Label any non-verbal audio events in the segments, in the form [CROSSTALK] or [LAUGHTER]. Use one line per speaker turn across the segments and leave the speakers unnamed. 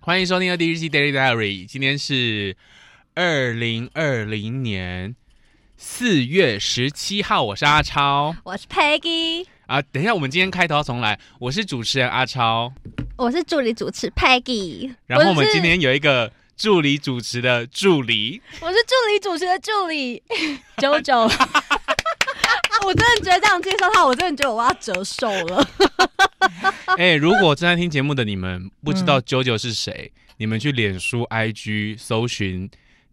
欢迎收听第一期 Daily Diary，今天是二零二零年四月十七号，我是阿超
我是 Peggy，
啊。等一下，我们今天开头要重来，我是主持人阿超，
我是助理主持 Peggy。
然后我们
是
今天有一个助理主持的助
[LAUGHS]
理，
我是助理主持的助理 JoJo。我真的觉得这样介绍他，我真的觉得我要折寿 [LAUGHS] 了。
哎、如果正在听节目的你们不知
嗯
道九九是谁，你们去脸书、IG 搜寻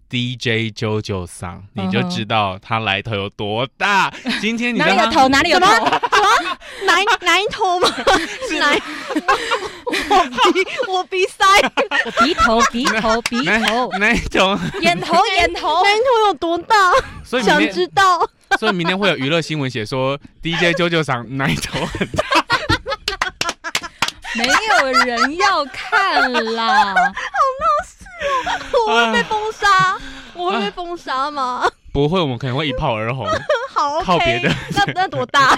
DJ 九九桑，你就
嗯哼
知道他来头有多大。今天你
哪
让
里有
他 [LAUGHS]
头？哪里有头？
怎
什么南南头吗？
是
南 [LAUGHS] 我鼻我鼻塞，
我鼻头，鼻头，鼻
那
头，
那一种，
[LAUGHS]
眼头，眼头。
南头有多大？
所以明
想
天，
知道？
[LAUGHS] 所以明天会有娱乐新闻写说 DJ 九九桑那一头很大。
没有人要看啦。
我会被封杀？我会被封杀吗？
不会，我们可能会一炮而红。
好，
靠
OK
别的
[LAUGHS] 那那多大？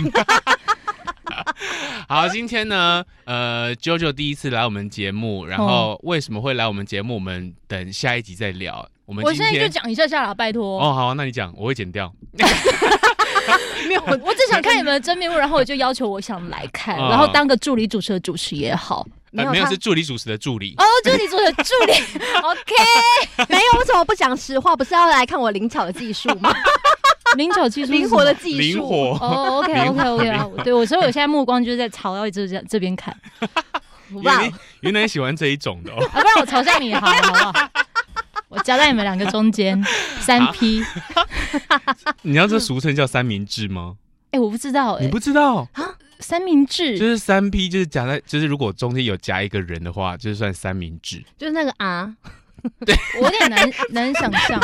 好，今天呢，呃，JoJo 第一次来我们节目，然后为什么会来我们节目，我们等下一集再聊。 [LAUGHS] 我们
我
今
现在就
天
讲一下下啦，拜托。
哦，好啊、那你讲，我会剪掉。
没有，我我只想看你们的真面目，然后我就要求我想来看，
哦
然后当个助理主持的主持也好。
呃，
没
没有，
有他
是助理主持的助理。
哦，助理主持的助
[LAUGHS]
理，OK。
没有，为什么不讲实话？不是要来看我灵巧的技术吗？
灵巧技术，
[LAUGHS] 灵活的。技
[LAUGHS]
术，
灵活，
哦，OK OK OK 啊，对我所以我现在目光就是在朝到这这这边看，
原
哇哦
来原来喜欢这一种的
[LAUGHS]
哦。
啊，不然我朝向你好了好
[LAUGHS]
不好？我夹在你们两个中间，三 P。
你知道这俗称叫三明治吗？
哎，我不知道
你
哎，
不知道，
三明
就
治
是三 P，就是夹在，就是如果中间有夹一个人的话，就是算三明治。
就是那个
[LAUGHS]
啊，
我有点难难想象，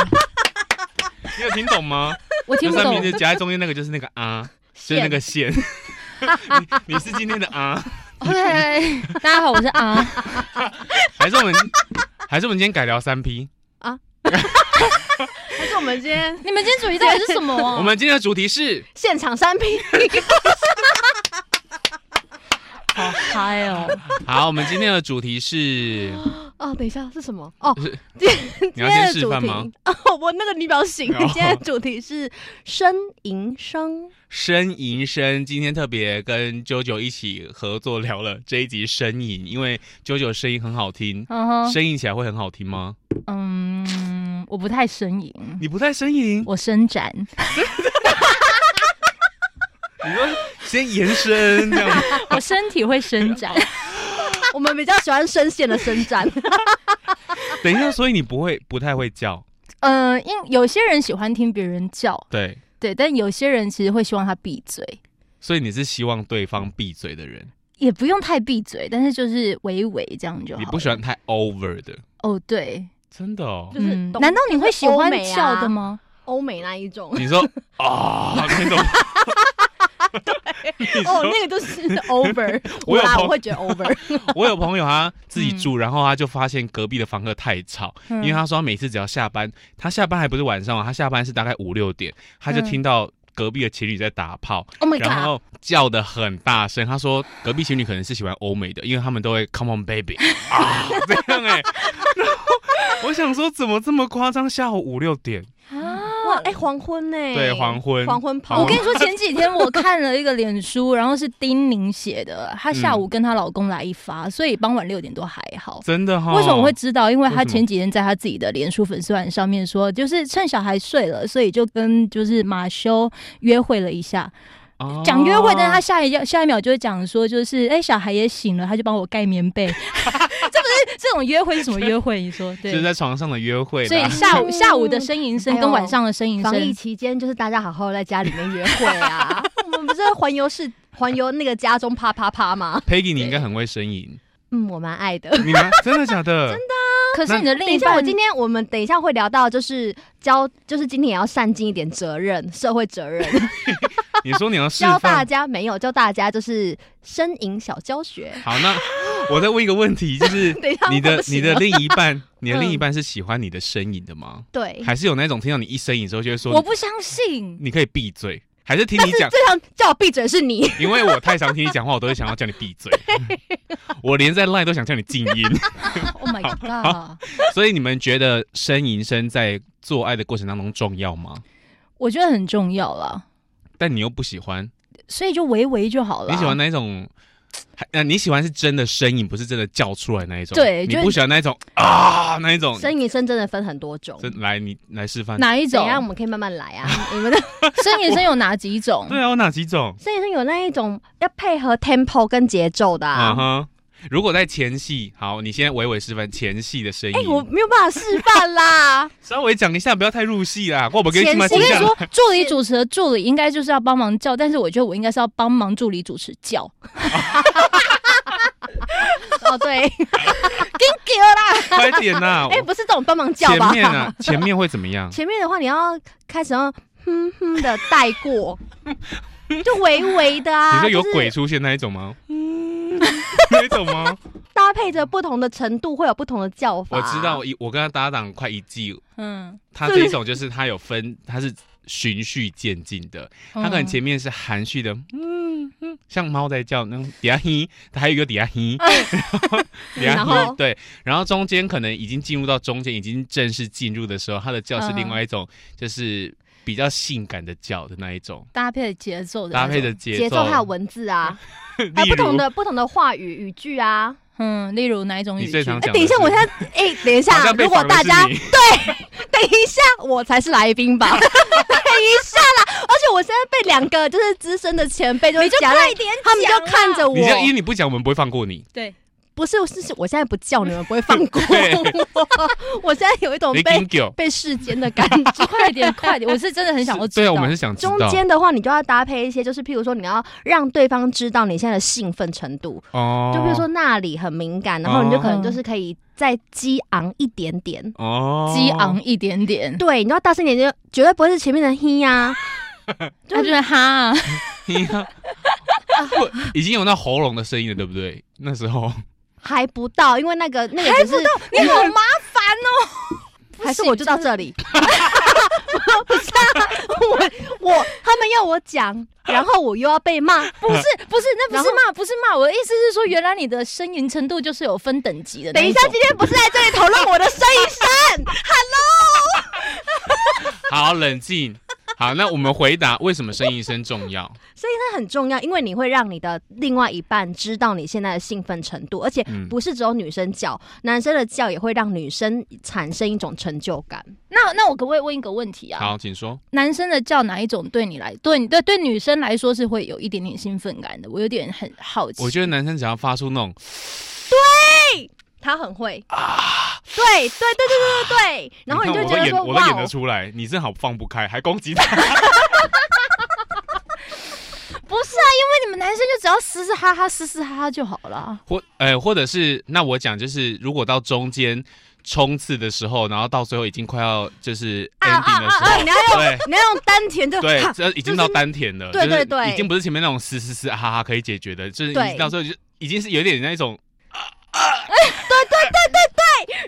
你有听懂吗？
我听不
就三
懂
明。治夹在中间那个就是那个啊，就是那个线。你你是今天的啊？ [LAUGHS]
OK，大家好，我是啊，
还是我们还是我们今天改聊三 P？
还是我们今天
你们今天主题到底是什么啊？
[LAUGHS] 我们今天的主题是
现场三 P，
好嗨哦，
好，我们今天的主题是
[LAUGHS] 哦，等一下是什么？哦，
是
今
你要
天
先
的
示
主
范
题 [LAUGHS]
吗？
哦，我那个女表醒。
哦
今天的主题是呻吟
[LAUGHS]
声，
呻吟声，今天特别跟九九一起合作聊了这一集呻吟，因为九九声音很好听，
嗯哼，
呻吟起来会很好听吗？
嗯，我不太呻吟，
你不太呻吟，
我
[LAUGHS]
伸展，
你说先延伸这样吗。
我身体会伸 [LAUGHS] 展，
我们比较喜欢声线的伸
[LAUGHS]
展。
等一下，所以你不会不太会叫，
嗯，因有些人喜欢听别人叫，
对，
对，但有些人其实会希望他闭嘴，
所以你是希望对方闭嘴的人，
也不用太闭嘴，但是就是微微这样就好。
你不喜欢？太 over 的，
哦，对，
真的哦。
就是
嗯
懂
难道你会喜欢
欧美啊
叫的吗？
欧美那一种，
[LAUGHS] 你说
[LAUGHS]
啊那种， [LAUGHS] 你
哦，
说
那个就是 over，
[LAUGHS] 我有
啦，
朋
我会觉得
[LAUGHS]
over，
我有朋友他自
嗯
己住，然后他就发现隔壁的房客太吵，
因
因为他说他每次只要下班，他下班还不是晚上哦，他下班是大概五六点，他就
嗯
听到隔壁的情侣在打炮，
，Oh my
然
god，
后叫的很大声。他说隔壁情侣可能是喜欢欧美的，因为他们都会 Come on baby 啊这样哎、 [LAUGHS] 然后我想说怎么这么夸张？下午五六点，
哇
啊，，
哎，黄昏呢？
对黄昏
黄昏跑，
黄
我
昏
跟你说，前几天我看了一个脸书，然后是丁宁写的，她下
嗯
午跟她老公来一发，所以傍晚六点多还好。
真的哈、
为什么我会知道？因为她
哦为什么
前几天在她自己的脸书粉丝团上面说，就是趁小孩睡了，所以就跟就是马修约会了一下。
哦
讲约会，但是她下一下一秒就会讲说，就是哎、小孩也醒了，他就帮我盖棉被。这 [LAUGHS] 不是这种约会是什么约会？你说
就是
对？
在床上的约会
所以
啦，
下午下午的呻吟声
嗯哎呦
跟晚上的呻吟
防疫
声，
期间，就是大家好好在家里面约会
[LAUGHS]
啊。我们不是环游世环游那个家中啪啪啪吗？
Peggy 你应该很会呻吟，
嗯，我蛮爱的。
你吗？真的假的？真的。
可是你的
等
另
一
一
下，我
半
今天我们等一下会聊到，就是教，就是今天也要善尽一点责任，社会
[LAUGHS]
责任，
你说你要示
教
范
大家没有教大家就是呻吟小教学。
好，那我再问一个问题，就是
[LAUGHS] 等一下
你
我
的
不行
你的
了
另一半，你的
嗯
另一半是喜欢你的呻吟的吗？
对，
还是有那种听到你一呻吟之后就会说 [LAUGHS]
我不相信。
你可以闭嘴？还是听你讲，
最常叫我闭嘴是你，
因为我太常听你讲话，我都会想要叫你闭嘴。我连在 line 都想叫你静音。
Oh my
[LAUGHS]
god！
所以你们觉得呻吟声在做爱的过程当中重要吗？
我觉得很重要啦，
但你又不喜欢，
所以就微微就好了。
你喜欢那一种？还呃，你喜欢是真的呻吟，不是真的叫出来那一种。
对
你
就
不喜欢那一种啊，那一种。
呻吟声真的分很多种。
这来，你来示范。
哪一
怎
种？
样？我们可以慢慢来
[LAUGHS]
啊。你们的 [LAUGHS]
呻吟声有哪几种？
对啊，有哪几种？
呻吟声有那一种要配合 tempo 跟节奏的
啊
啊。
哈。如果在前戏，好，你现在娓娓示范前戏的声音
哎、，我没有办法示范啦。
稍微讲一下，不要太入戏啦。我不跟你
前戏
我跟你
讲，
说，助理主持的助理应该就是要帮忙叫，但是我觉得我应该是要帮忙助理主持叫。
[LAUGHS] 哦，对，跟给啦。
快点呐！
[LAUGHS] 哎、不是这种帮忙叫
前
吧？
面啊，前面会怎么样？
前面的话，你要开始要哼哼的带
[LAUGHS]
过，就微微的 [LAUGHS] 啊。
你说有
就是
鬼出现那一种吗？ [LAUGHS]
嗯
那一种
[LAUGHS]
吗？
搭配着不同的程度，会有不同的叫法。
我知道，一我跟他搭档快一季，
嗯，
[LAUGHS]
他这一种就是他有分，他是循序渐进的，他可能
嗯
前面是含蓄的，嗯嗯，像猫在叫那种底下嘿，他还有一个底下嘿， [LAUGHS] 底下
嗯然后
嘿，对，然后中间可能已经进入到中间，已经正式进入的时候，他的叫是另外一种，
嗯
就是比较性感的叫的那一种，
搭配的节奏的那
搭
种
配的，节
节奏还有文
[LAUGHS]
字啊，还有
例
不同
如
的不同的话语语句啊。
嗯，例如哪一种
你
语
最
句？
常
哎、
讲的是，
等一下，我现在哎、等
好
一下，
像被
如果
访问
大
是
家
你
[LAUGHS] 等一下，我才是来宾
[LAUGHS]
吧。等一下啦！而且我现在被两个就是资深的前辈就
你就
夹在
快点讲啊，
他们就看着我
你，这因为你不讲，我们不会放过你。
对，
不是是是，我现在不叫你们不
[LAUGHS]
会放过
对
我， [LAUGHS] 我现在有一种
你
被
给狗，
被世间的
[LAUGHS]
感觉。
快点快点，我是真的很想要知道。
对啊，我们是想知
中
道
间的话，你就要搭配一些，就是譬如说，你要让对方知道你现在的兴奋程度，
哦，
就比如说那里很敏感，然后你就可能
哦
就是可以再激昂一点点。
哦，
激昂一点点，
对，你要大声一点，就绝对不会是前面的嘿呀、
他就是哈啊，
[LAUGHS] 不，已经有那喉咙的声音了，对不对？那时候
还不到，因为那个那个只是
你好麻烦 [LAUGHS] 哦。
还是我就到这里。 [LAUGHS] 不是啊，我我他们要我讲，然后我又要被骂，
[LAUGHS] 不是不是，那不
然
是
后
骂，不是骂。我的意思是说，原来你的呻吟程度就是有分等级的那
等一
一
下
种。，
今天不是来这里讨论我的声音声，
好冷静。
[LAUGHS]
好，那我们回答为什么声音声重要？
声音声很重要，因为你会让你的另外一半知道你现在的兴奋程度，而且
嗯
不是只有女生叫，男生的叫也会让女生产生一种成就感。
那那我可不可以问一个问题啊？
好，请说。
男生的叫哪一种对你来，对你对对女生来说是会有一点点兴奋感的？我有点很好奇。
我觉得男生只要发出那种，
他很会对对对对对对对，然后你
看
就
我
觉
都
得
演
说
我都
哇
演得
哦，
出来，你正好放不开，还攻击
[LAUGHS]
他。
不是啊，因为你们男生就只要嘶嘶哈哈、嘶嘶哈哈就好了。啊
或呃，或者是那我讲就是，如果到中间冲刺的时候，然后到最后已经快要就是
啊啊
ending 的时
啊啊！
候，
你要用
对
你要用丹田 [LAUGHS] 就
对
哈，
这已经到丹田了，
就是
就是
对对对
已经不是前面那种嘶嘶嘶啊哈哈可以解决的，就是已
对
经到最后就已经是有点那一种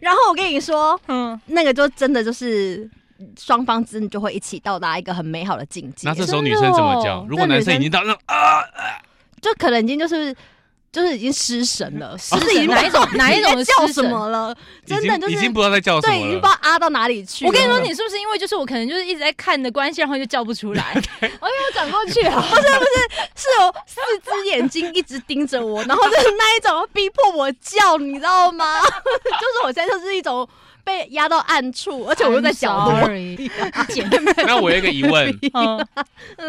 然后我跟你说，
嗯，
那个就真的就是双方真的就会一起到达一个很美好的境界
那，这时候
真
女
的
生怎么
哦
叫？如果
那
男
女
生已
生
经到那种啊，
就可能已经就是就是已经失神了，失
神哪一种哪一种的
叫
失
什
神
么了？
已
真
经
的就
已
是
经不知道在叫什
对，已
么
经不知
了。
道啊到哪里去了。
我跟你说，你是不是因为就是我可能就是一直在看的关系，然后就叫不出来？ [LAUGHS] 哎
我有转过去啊，不是不是，是有四只眼睛一直盯着我，然后就是那一种逼迫我叫，你知道吗？ [LAUGHS] 就是我现在就是一种被压到暗处，而且我又在
[LAUGHS]
角落。
Sorry
啊 [LAUGHS]
那我有一个疑问，
嗯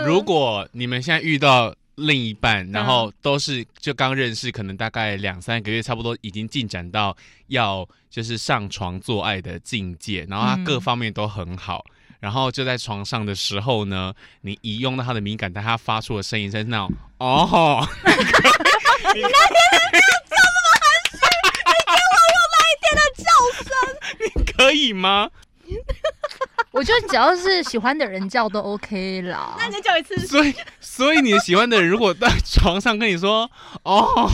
如果你们现在遇到另一半，然后都是就刚认识，可能大概两三个月，差不多已经进展到要就是上床做爱的境界，然后他
嗯
各方面都很好，然后就在床上的时候呢，你一用到他的敏感带，他发出的声音是那种哦吼。你可以吗？
我觉得只要是喜欢的人叫都 OK 啦。
那你再叫一次，
[LAUGHS] 所以，所以你喜欢的人如果在床上跟你说“哦”，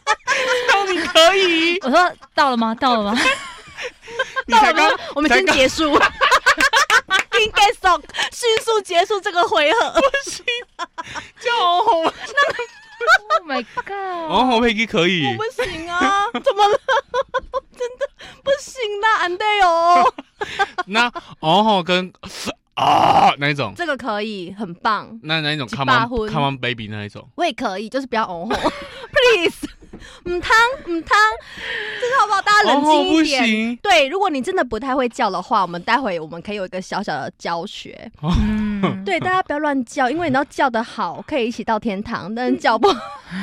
[LAUGHS] 那你可
[LAUGHS]
以。
我说 [LAUGHS] 到了吗？到了吗？
你才
到了
刚
吗，我们先结束。第行 get s o 迅速结束这个回合。
叫王红，
[LAUGHS] Oh [LAUGHS] my god！
王红佩姬可以
我， [LAUGHS] 不行啊，怎么了？真的不行啦，安队哦，
那王红跟啊那一种，
[LAUGHS] 这个可以，很棒，
那那一种
几
come
把
on
婚
come on baby 那一种，
我也可以，就是不要哦 [LAUGHS] 吼，please，唔 [LAUGHS] 汤唔汤，就是好不好？大家冷
哦
静
不
一点。
行，
对，如果你真的不太会叫的话，我们待会我们可以有一个小小的教学。
嗯，
对，大家不要乱叫，因为你要叫的好，可以一起到天堂；但是叫不 [LAUGHS]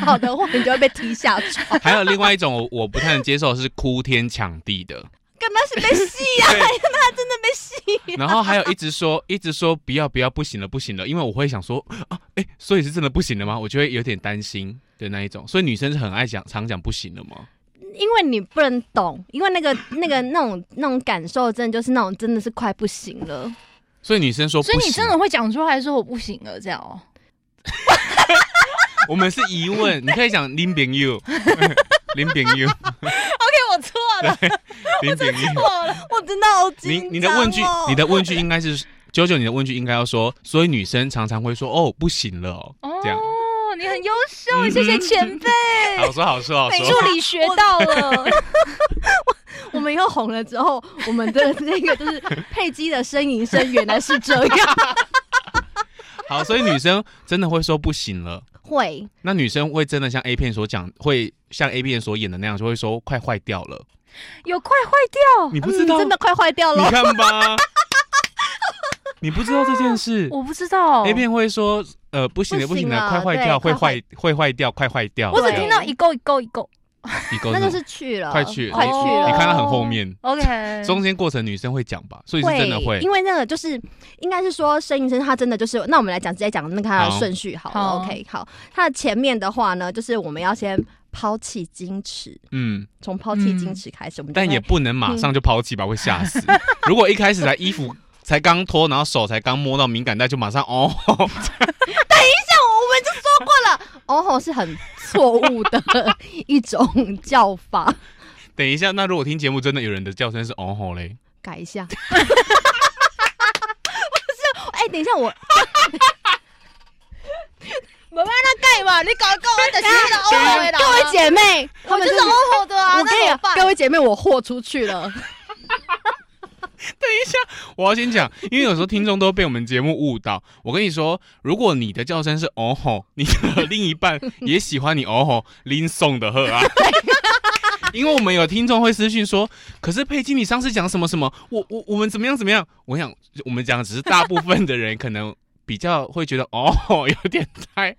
好的话，你就会被踢下床。 [LAUGHS]
还有另外一种我我不太能接受的是哭天抢地的，
干嘛是被戏呀、 [LAUGHS]
[LAUGHS]
对
真的被戏。
然后还有一直说， [LAUGHS] 一直说不要不要，不行了不行了，因为我会想说啊，哎，所以是真的不行了吗？我就会有点担心的那一种。所以女生是很爱讲，常讲不行了吗？
因为你不能懂，因为那个那个那种那种感受，真的就是那种真的是快不行了。
所以女生说不
所
行，
以你真的会讲出来说我不行了这样哦？
我们是疑问，你可以
[LAUGHS]
讲林炳佑， [LAUGHS] 林炳佑，
对，我错 [LAUGHS] 了，
林炳佑。
错了。
[LAUGHS] 我真的好
你
紧张、哦、
你的问句，你的问句应该是。九九，你的问句应该要说，所以女生常常会说哦，不行了哦，这样
哦，你很优秀，谢谢前辈，
好说好说好
美
说
术，里学到了。
[LAUGHS] 我们以后红了之后，我们的那个就是佩姬的呻吟声原来是这样， [LAUGHS]
好，所以女生真的会说不行了。
会
那女生会真的像 A 片所讲，会像 A 片所演的那样，就会说快坏掉了。
有快坏掉，
你不知道，
哦嗯真的快坏掉
你
了。
看吧，你不知道这件
[LAUGHS]
事。
我不知道。
A 片会说，呃，不行了，
哦不
不
行
行
了
了，快坏掉，
对
会
快
坏，会坏掉，快坏掉。啊
我只
这
听
样
到一勾一勾一勾。
一勾
那
什么
就是去了，
快去
快去
哦
了。
你看到很后面，
OK，
中间过程女生会讲吧，所以是
嗯会，
真的会
因。为那个就是应该是说声音声，它真的就是，那我们来讲直接讲那个它的
好
顺序好了
好
o k 好，它的前面的话呢，就是我们要先抛弃矜持，
嗯，
从抛弃矜持开始，我们就
但也
会
不能马上就抛弃吧，会吓死。
嗯
[LAUGHS] 如果一开始才衣服才刚脱，然后手才刚摸到敏感带，就马上哦， [LAUGHS]
哎 [LAUGHS] 哦吼是很错误的一种叫法，
等一下。那如果听节目真的有人的叫声是哦吼嘞，
改一下。不 [LAUGHS] 是，哎、等一下我。
妈妈那盖嘛，你搞一搞，
[LAUGHS]
我等下的
啊
欧回啦。
各位姐妹，他
我
们
就是
是
欧吼的啊，
我跟你
那怎么
讲
办，
各位姐妹，我豁出去
[LAUGHS]
了。
我要先讲，因为有时候听众都被我们节目误导。我跟你说，如果你的叫声是哦吼，你的另一半也喜欢你哦吼，拎送的喝啊。因为我们有听众会私讯说，可是佩姬，你上次讲什么什么，我我我们怎么样怎么样？我想我们讲的只是大部分的人可能比较会觉得哦吼有点太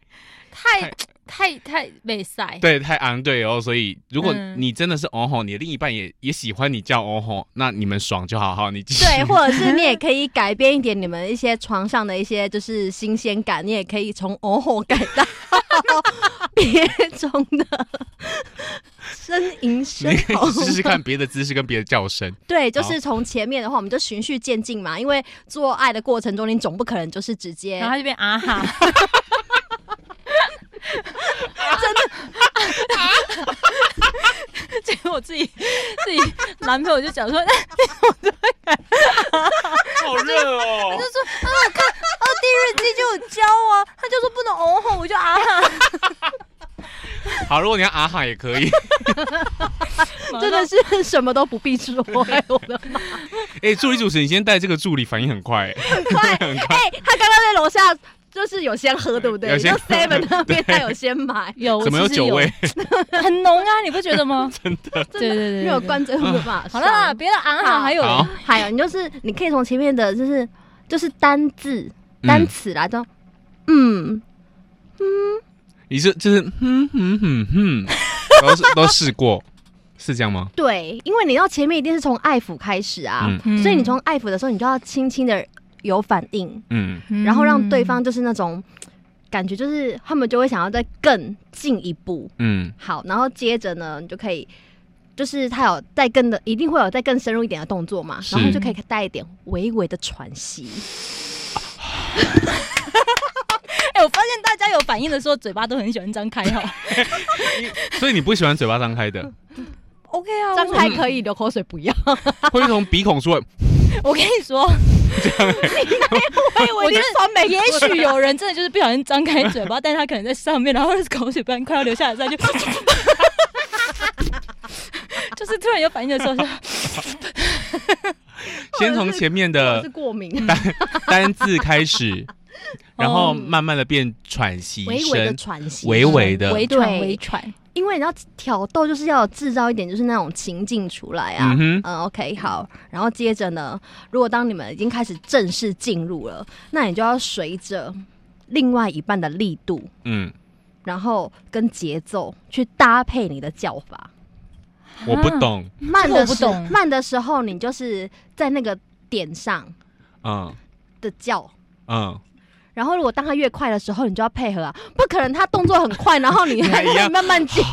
太太太被塞。
对太昂对哦，所以如果
嗯
你真的是哦吼，你的另一半也也喜欢你叫哦吼，那你们爽就好好，你继续
对，或者是
[LAUGHS]
你也可以改变一点你们一些床上的一些就是新鲜感，你也可以从哦吼改
[LAUGHS]
到别种的呻吟声
你可
吼
以。试试看别的姿势跟别的叫声。
对，就是从前面的话，我们就循序渐进嘛，因为做爱的过程中，你总不可能就是直接
然后他就变啊 [LAUGHS] 哈，真的。啊 [LAUGHS] 结果我自己自己男朋友就讲说，哎他
好热哦
就！说啊，我看哦，第日记就有教啊，他就说不能哦吼，我就啊 [LAUGHS] 哈，
[LAUGHS] 好，如果你要阿哈也可以。
[LAUGHS] 真的是什么都不
[LAUGHS]
必说、哎我的妈！
哎、助理主持人，你今天带这个助理反应很快、欸，
[LAUGHS] 很快，
很快。
哎、他刚刚在楼下就是有先喝，对不对？
有
就
先
Seven 那边他有先买，
有
怎么有
其实
酒味？
[LAUGHS] 很浓啊，你不觉
[LAUGHS]
得吗？
真
对
的
对对对
没有灌醉没有办法。
好了啦，，别的啊哈，还有
好，
还有你就是你可以从前面的就是就是单字
嗯
单词啦，就嗯，
你是就是嗯哼哼哼哼，都
[LAUGHS]
是都试过，是这样吗？
对，因为你到前面一定是从爱抚开始啊，
嗯
嗯
所以你从爱抚的时候，你就要轻轻的有反应，
嗯，
然后让对方就是那种感觉，就是他们就会想要再更进一步。
嗯，
好，然后接着呢，你就可以，就是他有再更的，一定会有再更深入一点的动作嘛，
是
然后就可以带一点微微的喘息。
哎、我发现大家有反应的时候，嘴巴都很喜欢张开哈。
所以你不喜欢嘴巴张开
[LAUGHS]
的，
OK 啊
张开可以，流口水不要。
会从鼻孔出来。
我跟你说，
这
[LAUGHS]
样、欸，
我
我
一定
觉得
酸梅
也许有人真的就是不小心张开嘴巴，但是 [LAUGHS] 他可能在上面，然后口水不然快要流下来的时候他就， [LAUGHS] 就是突然有反应的时候就，
先从前面
[LAUGHS] 我
的
是过敏，
单字开
[LAUGHS]
始，然后
哦
慢慢的变喘息
微微的
声，
喘息，
微微的
微喘
对
微喘，
因为你要挑逗，就是要有制造一点，就是那种情境出来啊。
嗯
嗯 o k 好。然后接着呢，如果当你们已经开始正式进入了，那你就要随着另外一半的力度，
嗯，
然后跟节奏去搭配你的叫法。
我不懂，
慢
这个我
的
不
时
懂
慢的时候，你就是在那个点上啊
嗯
的叫。
嗯，
然后，如果当他越快的时候，你就要配合啊！不可能他动作很快，然后你还
还一
在那
样
里慢慢
[LAUGHS]
讲，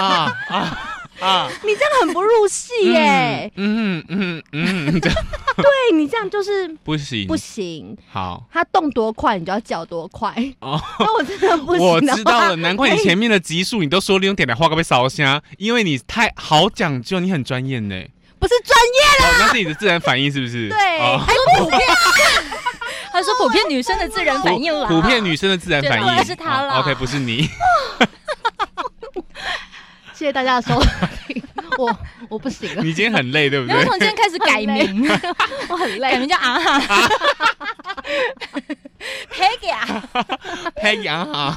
啊啊
[LAUGHS]
啊，
你这样很不入戏耶、
嗯嗯嗯嗯，这样
对你这样就是
不行，
不行，
好，
他动多快你就要叫多快。
哦
那我真的不行。啊哎
我知道了，
然
难
后他
怪你前面的集数你都说你用点点话该被烧瞎，啊因为你太好讲究，你很专业
[LAUGHS]
呢。
不是专业
哦，那是你的自然反应是不是？
对哎
哦
[LAUGHS]
他说普遍女生的自然反应啦，
普遍女生的自然反
对
应
不是她啦
哦 OK，不是你。
谢谢大家的收听，我我不行了，
你今天很累，对不
然后
[LAUGHS]
对？
从今天开始改名，
我很
[LAUGHS]
改
累。
名叫啊哈，赔给啊，
太阳啊，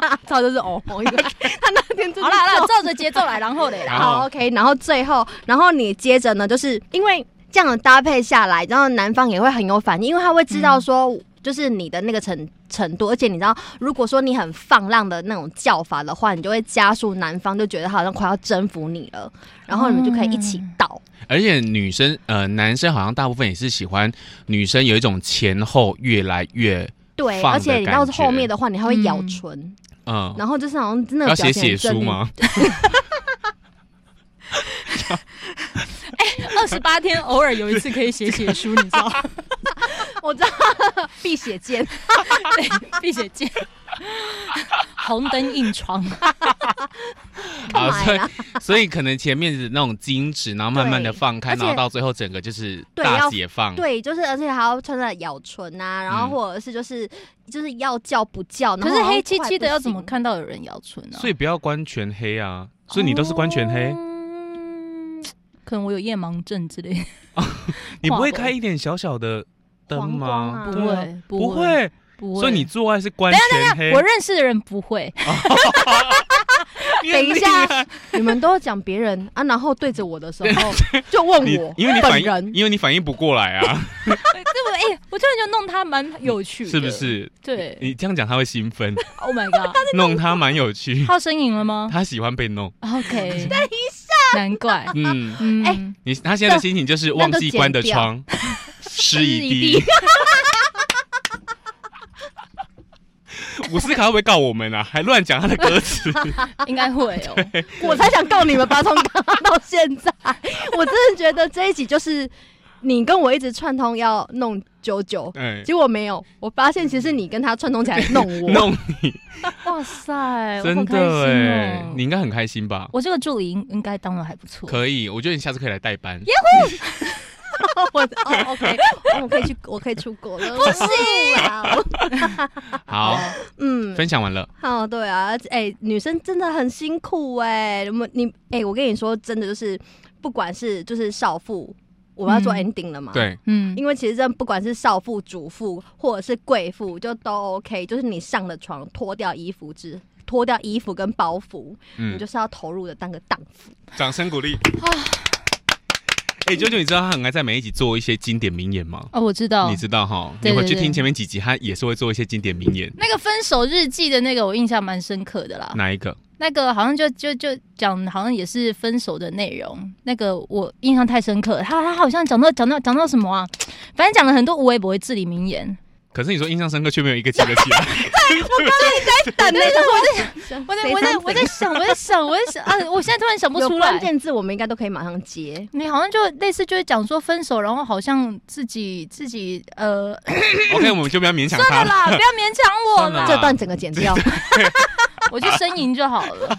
那 [LAUGHS] 照就是哦，哦一个他那天真的
好啦好啦，照着节奏来，然后嘞啦，
然后
好 OK，然后最后，然后你接着呢，就是因为这样的搭配下来，然后男方也会很有反应，因为他会知道说。就是你的那个程程度，而且你知道，如果说你很放浪的那种叫法的话，你就会加速男方就觉得他好像快要征服你了，然后你们就可以一起倒。
而且女生呃，男生好像大部分也是喜欢女生有一种前后越来越
对，
放的
而且你到
感觉
后面的话，你还会咬
嗯
唇，
嗯，
然后就是好像真的
要
有表
写
现很
写
正
书
面？
吗？
二十八天偶尔有一次可以写写书，你
[LAUGHS]
知道？
[LAUGHS] 我知道， [LAUGHS] 必写剑。
对，避血剑， [LAUGHS] 红灯
[LAUGHS]
硬闯，
干
[LAUGHS]
嘛
啊所以
呀
所以可能前面是那种矜持，然后慢慢的
对
放开，
[LAUGHS] 而且
然后到最后整个就是
对
大
要
解放。
对，就是而且还要穿着咬唇啊，然
嗯
后或者是就是、就是要叫不叫，
可
可
是黑漆漆的要怎么？看到有人咬唇啊呢、
所以不要关全黑啊！所以你都是关全
哦
黑，
嗯可能我有夜盲症之类的，
[LAUGHS] 你不会开一点小小的灯吗？
黄
[LAUGHS] 不
光
对啊
会，
不
会，
会。
不会。
所以你做爱是关全黑。
我认识的人不会， [LAUGHS]
你很
等一
厉
下
害，
你们都讲别人啊，然后对着我的时候就问
你
我，
因为你
本
反应，
人
因为你反应不过来啊，
对我哎、我突然就弄他蛮有趣的，
是不？是？
对
你这样讲他会兴奋，
，Oh my god，
弄他蛮有趣，
他有呻吟
[LAUGHS]
了吗
他喜欢被弄。
？OK，等一下，难 [LAUGHS] 怪，
嗯，
嗯，
哎
你他现在的心情就是忘记关的窗，湿一地。 [LAUGHS] 伍思凯会不会告我们啊？还乱讲他的歌词，
应该会哦，
我才想告你们吧，从刚刚到现在，我真的觉得这一集就是你跟我一直串通要弄九九。
哎，
结果没有，我发现其实你跟他串通起来弄
[LAUGHS]
我，
弄
啊哇塞，我
真
好开心
的哎、
哦
你。应该很开心吧？
我这个助理应应该当的还不错，
可以，我觉得你下次可以来代班。
我哦，OK，我可以去，我可以出国了，不行，
好，
嗯，
分享完了，
哦，对啊，哎、女生真的很辛苦哎、我们你哎、我跟你说，真的就是，不管是就是少妇，我们要做
嗯
ending 了嘛，，
对，
嗯，
因为其实真的不管是少妇、主妇或者是贵妇，就都 OK，就是你上了床，脱掉衣服之。脱掉衣服跟包袱，你
嗯
就，是要投入的当个
[LAUGHS]
荡妇。
掌声鼓励。
啊
哎，舅舅，你知道他很爱在每一集做一些经典名言吗？
哦，我知道
你，知道哈？你
对对
回去
对
听前面几集，他也是会做一些经典名言。
那个分手日记的那个，我印象蛮深刻的啦。
哪一个？
那个好像就就就讲，好像也是分手的内容。那个我印象太深刻了，他他好像讲到讲到讲到什么啊？反正讲了很多无微不微至理名言。
可是你说印象深刻却没有一个记得起
[LAUGHS]
来，
但那个
我在我在我在想，我在想，我在想啊！我现在突然想不
有
出
关
来。
键字，我们应该都可以马上接。
你好像就类似就是讲说分手，然后好像自己自己呃，
OK，我们就不要勉强
算
他
了
了。
啦，不要勉强我
算了
啦，
[LAUGHS] 啦
这段整个剪掉。
我去呻吟就好了。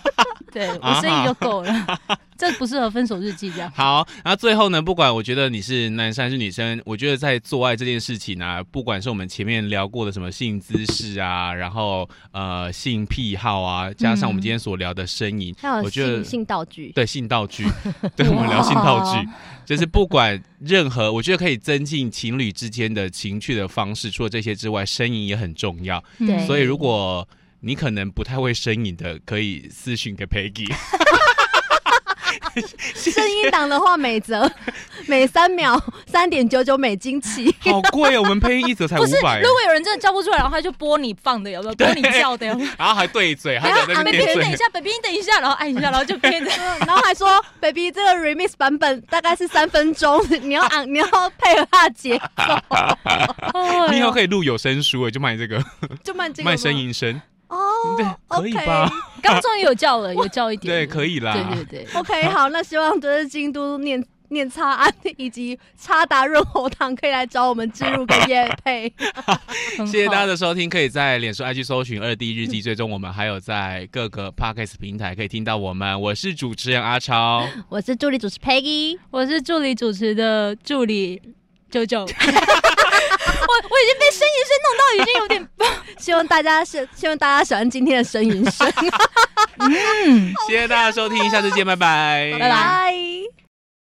对我
啊
声音就够了，这不适合分手日记这样。
好，然后最后呢，不管我觉得你是男生还是女生，我觉得在做爱这件事情啊，不管是我们前面聊过的什么性姿势啊，然后呃性癖好啊，加上我
嗯
们今天所聊的呻吟，
还有
我觉得
性性道具，
对性道
[LAUGHS]
具，对我们聊性道具，就是不管任何，我觉得可以增进情侣之间的情趣的方式。除了这些之外，呻吟也很重要。
嗯
对
所以如果你可能不太会呻吟的，可以私讯给 Peggy。
[LAUGHS] 声音档的话，每 [LAUGHS] 则每三秒三点九九美金 [LAUGHS] 起。
好贵哦，我们配音一则才五
不是，
百，
如果有人真的叫不出来，然后他就播你放的，有没有？播你叫的，有没有？
然后还对嘴，还
然
有
后
在
啊
那
，baby，
边
你
对
等一
嘴。
下，baby，你等一下，然后按一下，然后就
[LAUGHS]
变成
然后还说，baby，这个 remix 版本大概是三分钟， [LAUGHS] 你要昂，你要配合他节奏，
你以后
哦，
可以录有声书哎，就卖这个，
就慢这个吗
卖呻吟声，
哦，
对，可以吧？
刚终于有叫了，有叫一点，
对，可以啦。
对
[LAUGHS]
对对，
OK，好，那希望就是京都念念差啊安以及差达润喉糖可以来找我们置入跟叶配。
很
谢谢大
好
家的收听，可以在脸书、IG 搜寻“二 D 日记”，追踪我们，还有在各个 Podcast 平台可以听到我们。我是主持人阿超，
[LAUGHS] 我是助理主持 Peggy，
我是助理主持的助理
[LAUGHS]
九九。我我已经被声音声弄到已经有点
希望大家是希望大家喜欢 [LAUGHS] 今天的声音声，
谢谢大家收听，下次见，拜拜，
拜拜。